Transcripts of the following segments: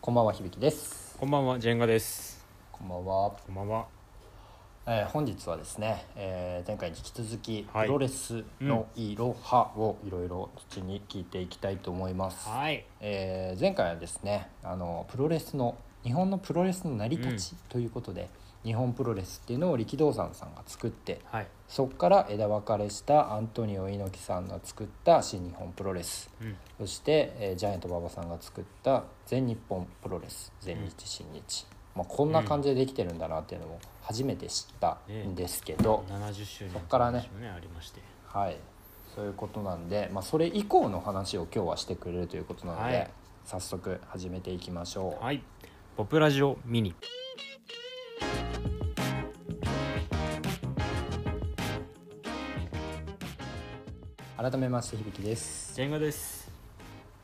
こんばんは響です。こんばんは、ジェンガです。こんばんは。こんばんは。えー本日はですね、えー前回に引き続き、はいプロレスのいろはをいろいろ土に聞いていきたいと思います。はい。えー前回はですねあのプロレスの日本のプロレスの成り立ちということで、日本プロレスっていうのを力道山さんが作ってはい。そこから枝分かれしたアントニオ猪木さんが作った新日本プロレスうん。そして、えージャイアント馬場さんが作った全日本プロレス全日新日、まあ、こんな感じでできてるんだなっていうのも初めて知ったんですけど、七十周年。そっからね。ありまして。はいそういうことなんで、まあ、それ以降の話を今日はしてくれるということなので、はい早速始めていきましょう。はい。ポプラジオミニ。改めまして響です、ジェンガです。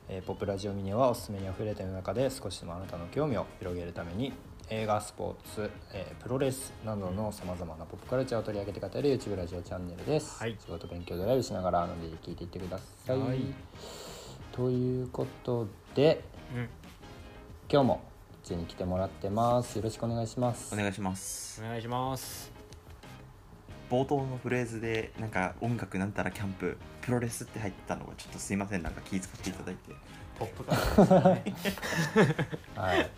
えーポップラジオミニはおすすめにあふれている中で少しでもあなたの興味を広げるために映画スポーツ、えープロレスなどのさまざまなポップカルチャーを取り上げて語る YouTube ラジオチャンネルです、はい仕事勉強ドライブしながらので聞いていってください、はいということでうん。今日もうちに来てもらってますよろしくお願いしますお願いしますお願いします。冒頭のフレーズでなんか音楽なんたらキャンププロレスって入ってたのがちょっとすいませんなんか気遣っていただいてポップカルチャーですねはい、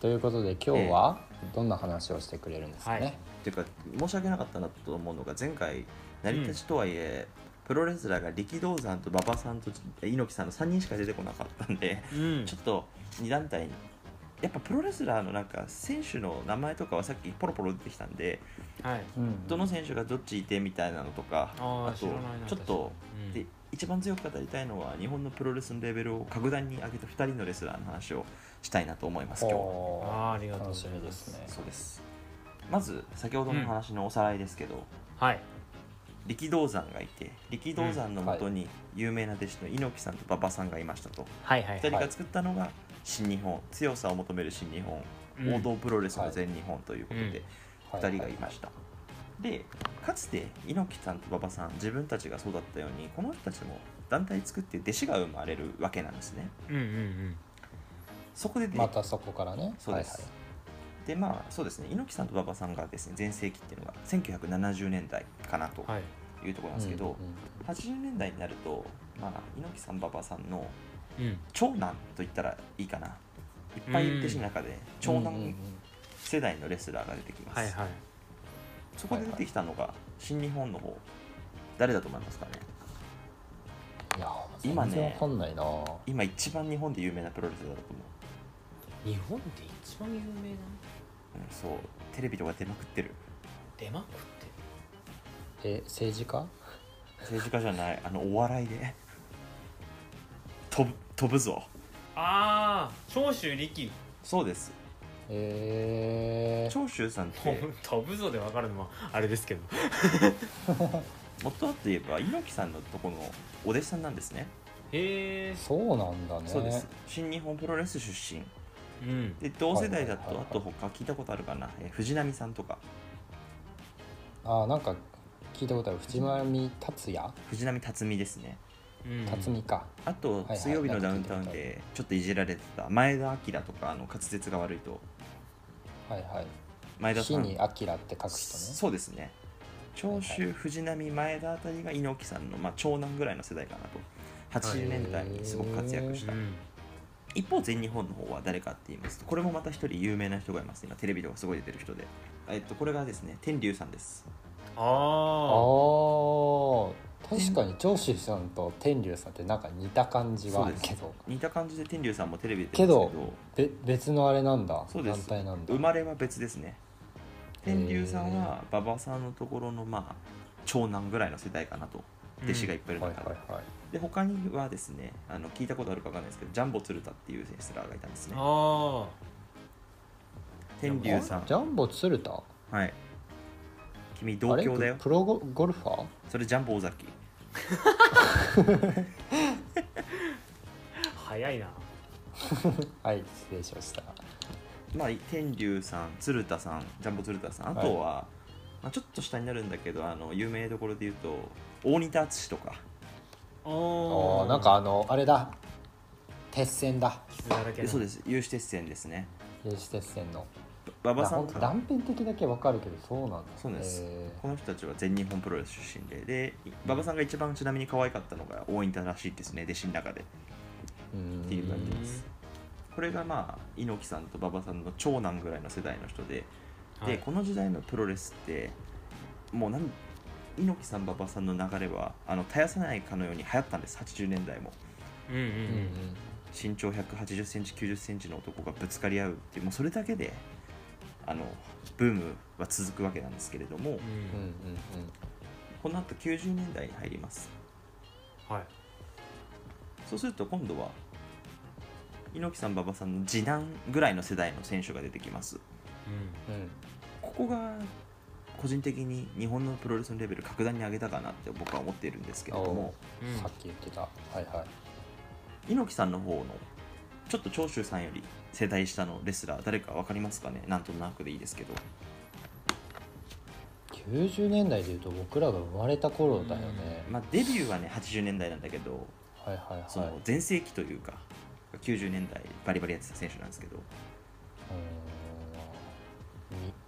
ということで今日はどんな話をしてくれるんですかね、 はいっていうか申し訳なかったなと思うのが前回成り立ちとはいえ、プロレスラーが力道山と馬場さんと猪木さんの3人しか出てこなかったんでうんちょっと2団体にやっぱプロレスラーのなんか選手の名前とかはさっきポロポロ出てきたんではい。うんどの選手がどっちいてみたいなのとかあーあと知らないなちょっとうんで一番強く語りたいのは日本のプロレスのレベルを格段に上げた2人のレスラーの話をしたいなと思います今日はおーあーありがとうござい楽しみますですねそうですまず先ほどの話のおさらいですけど、はい。力道山がいて力道山のもとに有名な弟子の猪木さんと馬場さんがいましたと、はいはい。 2人が作ったのが新日本強さを求める新日本、うん王道プロレスの全日本ということで、はいうん2人がいました、でかつて猪木さんと馬場さん自分たちが育ったようにこの人たちも団体作って弟子が生まれるわけなんですねうんうんうん。そこでで,、またそこからねそうですでまあそうですね猪木さんと馬場さんがですね全盛期っていうのが1970年代かなとはい。いうところなんはいはいですけど、うんうん80年代になると、まあ、猪木さん馬場さんのうん。長男と言ったらいいかないっぱいいる弟子の中で長うんうんうん男世代のレスラーが出てきます、はいはい。そこで出てきたのが新日本の方誰だと思いますかねいや今今ねね全然わかんないな今一番日本で有名なプロレスラーだと思日本で一番有名なう、うん、そうテレビとか出まくってる出まくってる。え政治家政治家じゃないあのお笑いで飛ぶ飛ぶぞああ、長州力。そうですえー、長州さんって飛ぶぞでわかるのもあれですけど。元はといえば猪木さんのとこのお弟子さんなんですねへえ。そうなんだねそうです新日本プロレス出身うん。で同世代だはいはいとあはいと他聞いたことあるかな、えー藤波さんとかあーなんか聞いたことある藤波達也藤波辰巳ですねうん辰巳か、あとはい水曜日のダウンタウンなんか聞いでちょっといじられてた前田明とかあの滑舌が悪いとはいはい前田日さんに「あきら」って書く人ねそうですね長州藤波前田あたりが猪木さんの、まあ、長男ぐらいの世代かなと80年代にすごく活躍しうたん。一方全日本の方は誰かって言いますとこれもまた一人有名な人がいます今テレビとかすごい出てる人で、えっと、これがですね天竜さんですあああ。ー確かに長州さんと天竜さんってなんか似た感じはあるけど似た感じで天竜さんもテレビ出てるんですけけどべ別のあれなんだそうで団す体なんだ生まれは別ですね天竜さんへは馬場さんのところのまあ長男ぐらいの世代かなと弟子がいっぱいいるはい中で,、はいはいで他にはですねあの聞いたことあるかわかんないですけどジャンボ鶴田っていうレスラーがいたんですねああ。天竜さんジャンボ鶴田はい君同郷だあよれプロゴゴルファーそれジャンボ尾崎早いな。はい失礼しましたまあ天竜さん鶴田さんジャンボ鶴田さんあとは、まあ、ちょっと下になるんだけどあの有名どころで言うと大仁田淳とかおおーなんかあのあれだ鉄線だ傷だらけえそうですす有刺鉄線ですね有刺鉄線の馬場まあさほんんかとら断片的だけわかるけどそうなんだそうですへこの人たちは全日本プロレス出身でで馬場さんが一番ちなみに可愛かったのが応援だらしいですね弟子の中でーうんっていう感じですこれがまあ猪木さんと馬場さんの長男ぐらいの世代の人ではでいこの時代のプロレスってもうなん猪木さん馬場さんの流れはあの絶やさないかのように流行ったんです80年代もうんうんうんうん身長1 8 0センチ9 0センチの男がぶつかり合うっていうもうそれだけであのブームは続くわけなんですけれども、ううんうんうんんこの後90年代に入りますはいそうすると今度は猪木さん馬場さんの次男ぐらいの世代の選手が出てきますうんうんここが個人的に日本のプロレスのレベル格段に上げたかなって僕は思っているんですけれどもうんさっき言ってた、はいはい猪木さんの方のちょっと長州さんより世代下のレスラー誰か分かりますかねなんとなくでいいですけど90年代でいうと僕らが生まれた頃だよね、まあデビューはね80年代なんだけどはいはいそはいの全盛期というか90年代バリバリやってた選手なんですけどう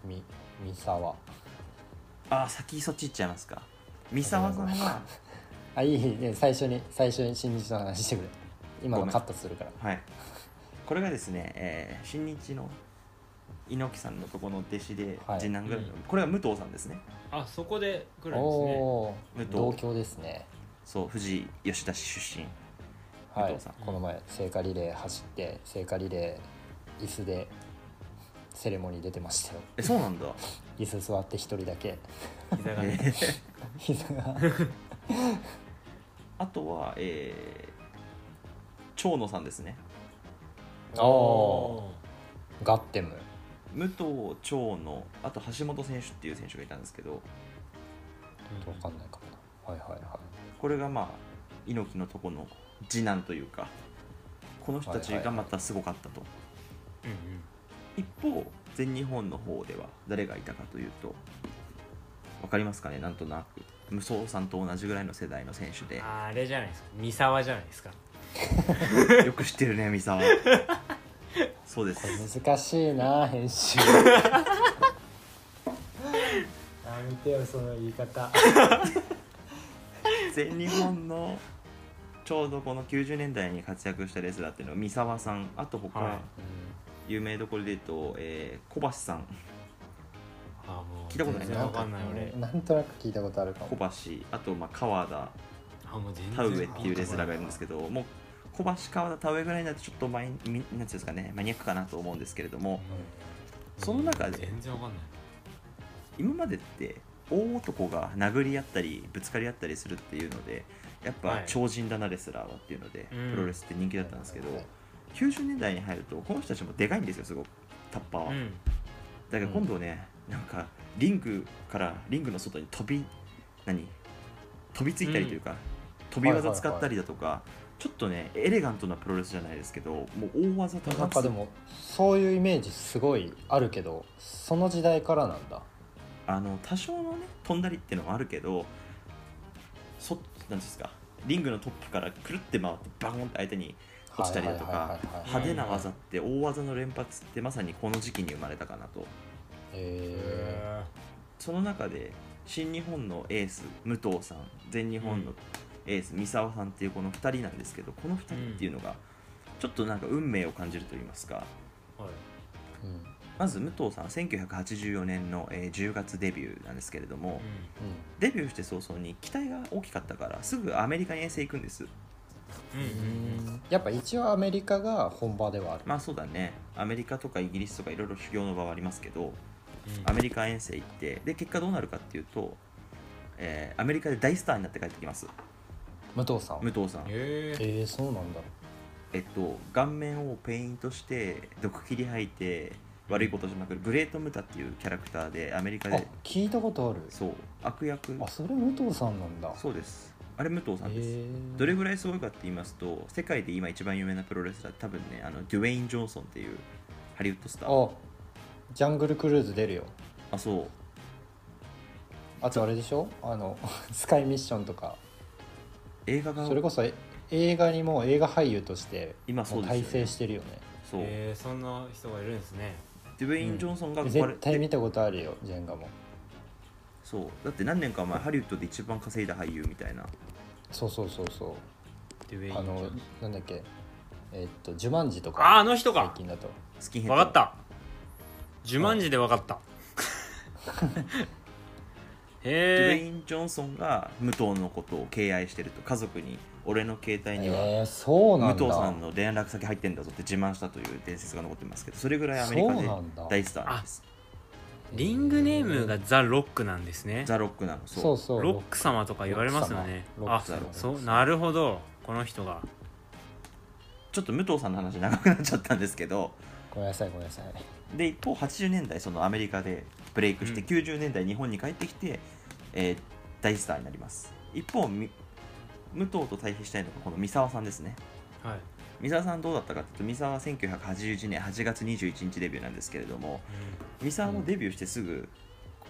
ーんみみ三沢ああ先そっち行っちゃいますか三沢さんはあいいね最初に最初に新日の話してくれ今のカットするからはい、これがですね、えー新日の猪木さんのとこの弟子で、はい次男ぐらいの、うんこれは武藤さんですねあそこで来るんですねおお武藤同郷ですねそう藤井吉田氏出身は武い藤さんこの前聖火リレー走って聖火リレー椅子でセレモニー出てましたよえそうなんだ椅子座って一人だけ膝がえねー膝 があとは、えー長野さんですねあーおガッテム武藤長野あと橋本選手っていう選手がいたんですけどーわかんないかもなはいはいはこれがまあ猪木のとこの次男というかこの人たちがまたすごかったと、うんうん一方全日本の方では誰がいたかというと分かりますかねなんとなく無双さんと同じぐらいの世代の選手 でああれじゃないですか三沢じゃないですかよく知ってるね三沢そうですい難しいな編集やめてよその言い方全日本のちょうどこの90年代に活躍したレスラーっていうのは三沢さんあと他、は有名どころで言うと、えー小橋さんあーもう聞いたことない全然わかんない俺なんとなく聞いたことあるか小も橋あとまあ川田あもう全然田植っていうレスラーがいるんですけどもう小橋川田田植ぐらいになってちょっとマイみなんていうんですかねマニアックかなと思うんですけれどうも、んその中で全然わかんない今までって大男が殴り合ったりぶつかり合ったりするっていうのでやっはぱい超人だなレスラーはっていうので、うんプロレスって人気だったんですけど、90年代に入るとこの人たちもでかいんですよすごくタッパーは、うんだから今度ね、なんかリングからリングの外に飛び何飛びついたりというか、飛び技使ったりだとか、ちょっとねエレガントなプロレスじゃないですけどもう大技となんかでもそういうイメージすごいあるけどその時代からなんだあの多少のね飛んだりっていうのもあるけどそなんですかリングのトップからくるって回ってバーンって相手に落ちたりだとはかいはいはいはいはい派手な技って大技の連発ってまさにこの時期に生まれたかなとえへその中で新日本のエース武藤さん全日本のエース三沢さんっていうこの2人なんですけどこの2人っていうのがちょっとなんか運命を感じると言いますかーはいーうんまず武藤さん1984年のえー10月デビューなんですけれども、うんデビューして早々に期待が大きかったからすぐアメリカに遠征行くんですうんうんうんやっぱ一応アメリカが本場ではあるまあそうだねアメリカとかイギリスとかいろいろ修行の場はありますけどうんアメリカ遠征行ってで結果どうなるかっていうと、えーアメリカで大スターになって帰ってきます武藤さん武藤さんへええー、そうなんだえっと顔面をペイントして毒切り吐いて悪いことしまくるグレート・ムタっていうキャラクターでアメリカあで聞いたことあるそう悪役あそれ武藤さんなんだそうですあれ武藤さんです、えーどれぐらいすごいかって言いますと世界で今一番有名なプロレスラー多分ねあのデュエイン・ジョンソンっていうハリウッドスターあジャングルクルーズ出るよあそう あとあれでしょあのスカイミッションとか映画がそれこそえ映画にもう映画俳優として今そうもうですよね大成してるよねそう、えー、そんな人がいるんですねデュエイン・ジョンソンがこれ絶対見たことあるよジェンガもそうだって何年か前ハリウッドで一番稼いだ俳優みたいなそうそうそうそデュエイうンあのなんだっけえっと「ジュマンジ」とあーかあの人最か近だとスキンヘッ分ドかった呪文字で分かったドゥエへイン・ジョンソンが武藤のことを敬愛してると家族に俺の携帯にはえー、そう武なんだ藤さんの連絡先入ってんだぞって自慢したという伝説が残ってますけどそれぐらいアメリカそうでなんだ大スターですえリングネームがザ・ロックなんですねザ・ロックなのそそううそうロック様とか言われますよねロッあク様ロック様そうなるほどこの人がちょっと武藤さんの話長くなっちゃったんですけどごめんなさいごめんなさいで一方80年代そのアメリカでブレイクして、うん90年代日本に帰ってきて、えー大スターになります一方み武藤と対比したいのがこの三沢さんですねはい三沢さんどうだったかというと三沢は1981年8月21日デビューなんですけれども三沢もデビューしてすぐ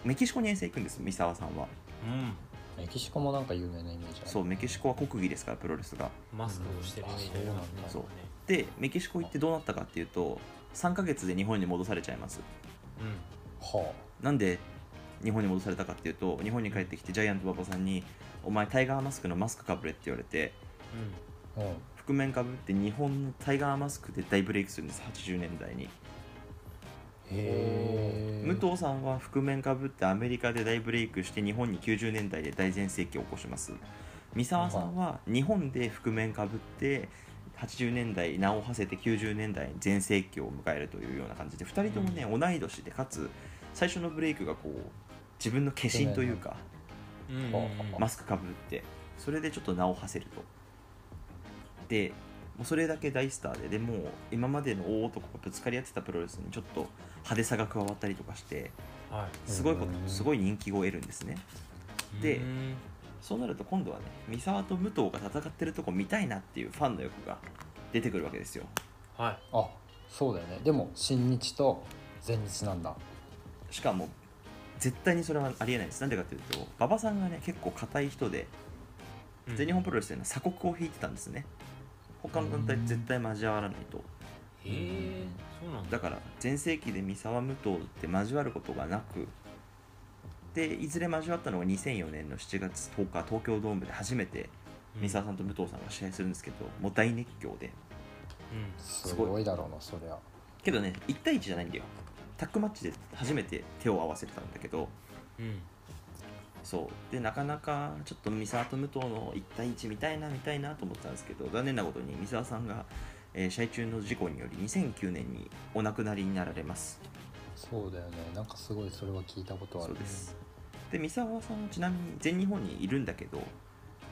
メキシコに遠征行くんです三沢さんはうん、メキシコもなんか有名なイメージあるそうメキシコは国技ですからプロレスがマスクをしてるイメージありますねそうでメキシコ行ってどうなったかっていうと3ヶ月で日本に戻されちゃいますうはなんで日本に戻されたかっていうと日本に帰ってきてジャイアント馬場さんに「お前タイガーマスクのマスクかぶれ」って言われてんうんあ、うん、覆面かぶって日本のタイガーマスクで大ブレイクするんです80年代に、へえ武藤さんは覆面かぶってアメリカで大ブレイクして日本に90年代で大全盛期を起こします三沢さんは日本で覆面かぶって80年代名を馳せて90年代に全盛期を迎えるというような感じで2人ともね、同い年でかつ最初のブレイクがこう自分の化身というか、うんうんうんマスクかぶってそれでちょっと名を馳せるとでもうそれだけ大スターででもう今までの大男がぶつかり合ってたプロレスにちょっと派手さが加わったりとかしてはすごいこうんとすごい人気を得るんですねいでうんそうなると今度はね三沢と武藤が戦ってるとこ見たいなっていうファンの欲が出てくるわけですよはあそうだよねでも新日と前日なんだしかも絶対にそれはありえないですなんでかっていうと馬場さんがね結構硬い人でい全日本プロロレスでね鎖国を引いてたんですね他の団体絶対交わらないとへえそうなんだだから全盛期で三沢武藤って交わることがなくでいずれ交わったのが2004年の7月10日東京ドームで初めてうん三沢さんと武藤さんが試合するんですけど、もう大熱狂でうんすごいごいだろうなそりゃけどね1対1じゃないんだよタッグマッチで初めて手を合わせたんだけどうんそうでなかなかちょっと三沢と武藤の1対1見たいな見たいなと思ってたんですけど残念なことに三沢さんが、えー試合中の事故により2009年にお亡くなりになられますそうだよねなんかすごいそれは聞いたことあそうるですで三沢さんはちなみに全日本にいるんだけど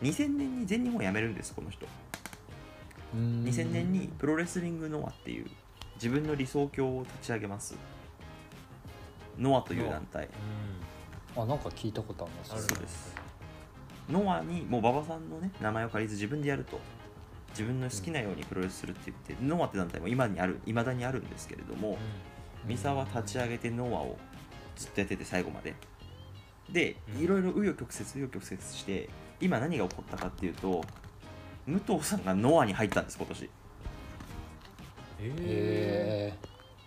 2000年に全日本辞めるんですこの人うーん2000年にプロレスリングノアっていう自分の理想郷を立ち上げますノアという団体あなんか聞いたことあるあなるそれそうですノアにもう馬場さんのね名前を借りず自分でやると自分の好きなようにプロレスするって言って、ノアって団体も今にある未だにあるんですけれども、三沢立ち上げてノアをずっとやってて最後まででうんいろいろ紆余曲折紆余曲折して今何が起こったかっていうと武藤さんがノアに入ったんです今年うんへえへえ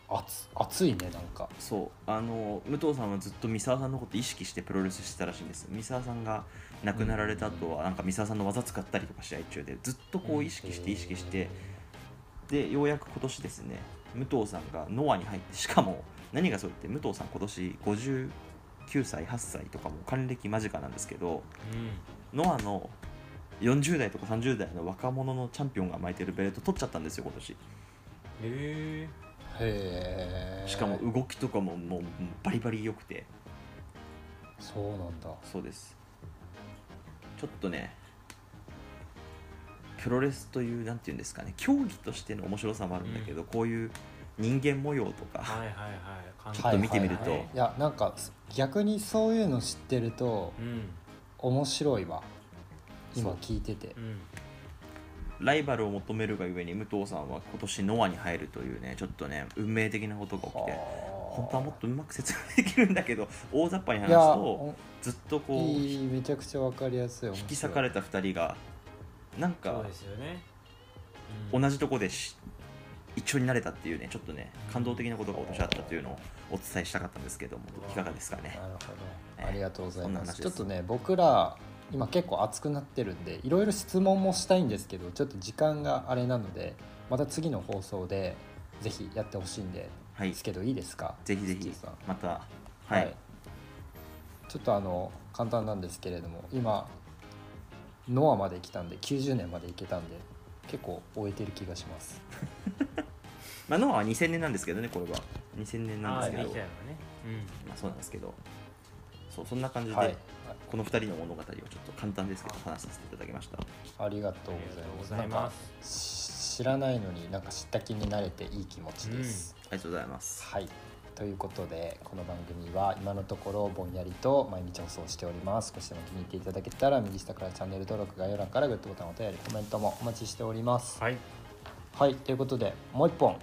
熱熱いねなんかそうあの武藤さんはずっと三沢さんのこと意識してプロレスしてたらしいんです三沢さんが亡くなられた後はなんか三沢さんの技使ったりとか試合中でずっとこう意識して意識してでようやく今年ですね武藤さんがノアに入ってしかも何がそうって武藤さん今年59歳8歳とかもう還暦間近なんですけどノアの40代とか30代の若者のチャンピオンが巻いてるベルト取っちゃったんですよ今年へえへえしかも動きとかももうバリバリ良くてそうなんだそうですちょっとねプロレスというなんていうんですかね競技としての面白さもあるんだけど、こういう人間模様とかはいはいはい感 ちょっと見てみるとはいはいはいいやなんか逆にそういうの知ってるとうん面白いわ今そう聞いててうんライバルを求めるがゆえに武藤さんは今年ノアに入るというねちょっとね運命的なことが起きて本本当はもっとうまく説明できるんだけど大雑把に話いすやとずっとこういいめちゃくちゃわかりやすい引き裂かれた2人がなんそうかですよね、うん同じとこでし一緒になれたっていうねちょっとね感動的なことが私あったというのをお伝えしたかったんですけどもいかがですかねなるほえど。ーありがとうございそんなま話す。ですちょっとね、僕ら今結構熱くなってるんで、いろいろ質問もしたいんですけど、ちょっと時間があれなので、また次の放送でぜひやってほしいんではいですけどいいですか？ぜひぜ土ひ屋さんまたはい。ちょっとあの簡単なんですけれども、今ノアまで来たんで、90年まで行けたんで、結構終えてる気がします。まあノアは2000年なんですけどねこれは2000年なんあであですけきどたよね、うん、まあそうなんですけどそうそんな感じはいで。この2人の物語をちょっと簡単ですけど話させていただきましたありがとうありがとうごござざいいま。ますすし知らないのになんか知った気になれていい気持ちです。ありがとうございますはいということでこの番組は今のところぼんやりと毎日放送しております少しでも気に入っていただけたら右下からチャンネル登録概要欄からグッドボタンお便りコメントもお待ちしておりますはいはいということでもう1本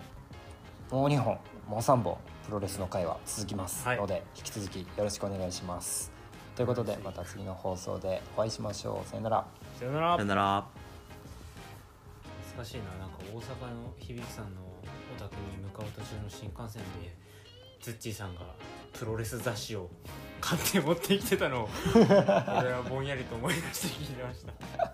もう2本もう3本プロレスの会は続きますはいので、引き続きよろしくお願いしますということでまた次の放送でお会いしましょうさよならさよならさよなら難しいななんか大阪の響さんのお宅に向かう途中の新幹線でツッチーさんがプロレス雑 誌を買って持ってきてたのを俺はぼんやりと思い出して聞いてました